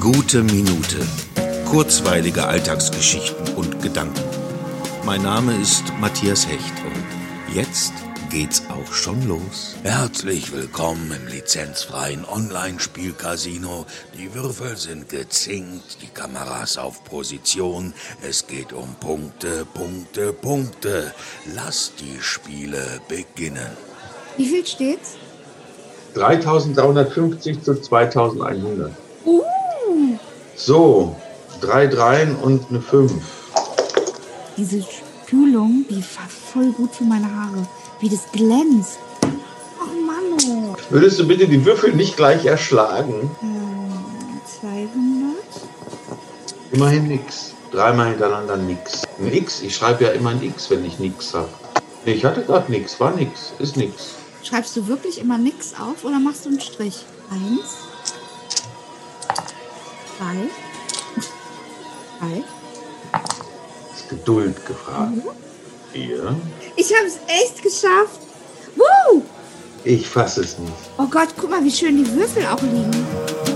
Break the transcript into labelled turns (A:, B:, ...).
A: Gute Minute. Kurzweilige Alltagsgeschichten und Gedanken. Mein Name ist Matthias Hecht und jetzt geht's auch schon los.
B: Herzlich willkommen im lizenzfreien Online-Spielcasino. Die Würfel sind gezinkt, die Kameras auf Position. Es geht um Punkte, Punkte, Punkte. Lasst die Spiele beginnen.
C: Wie viel steht's?
D: 3350 zu 2100.
C: Uh,
D: So, drei Dreien und eine Fünf.
C: diese Spülung, die war voll gut für meine Haare. Wie das glänzt. Oh Mann, oh.
D: Würdest du bitte die Würfel nicht gleich erschlagen?
C: Ähm, 200.
D: Immerhin nix. Dreimal hintereinander nix. Ein X, ich schreibe ja immer ein X, wenn ich nix sag. Nee, ich hatte gerade nix, war nix, ist nix.
C: Schreibst du wirklich immer nix auf oder machst du einen Strich? Eins. Zwei. Drei.
D: Ist Geduld gefragt. Mhm. Vier.
C: Ich hab's echt geschafft. Woo!
D: Ich fasse es nicht.
C: Oh Gott, guck mal, wie schön die Würfel auch liegen.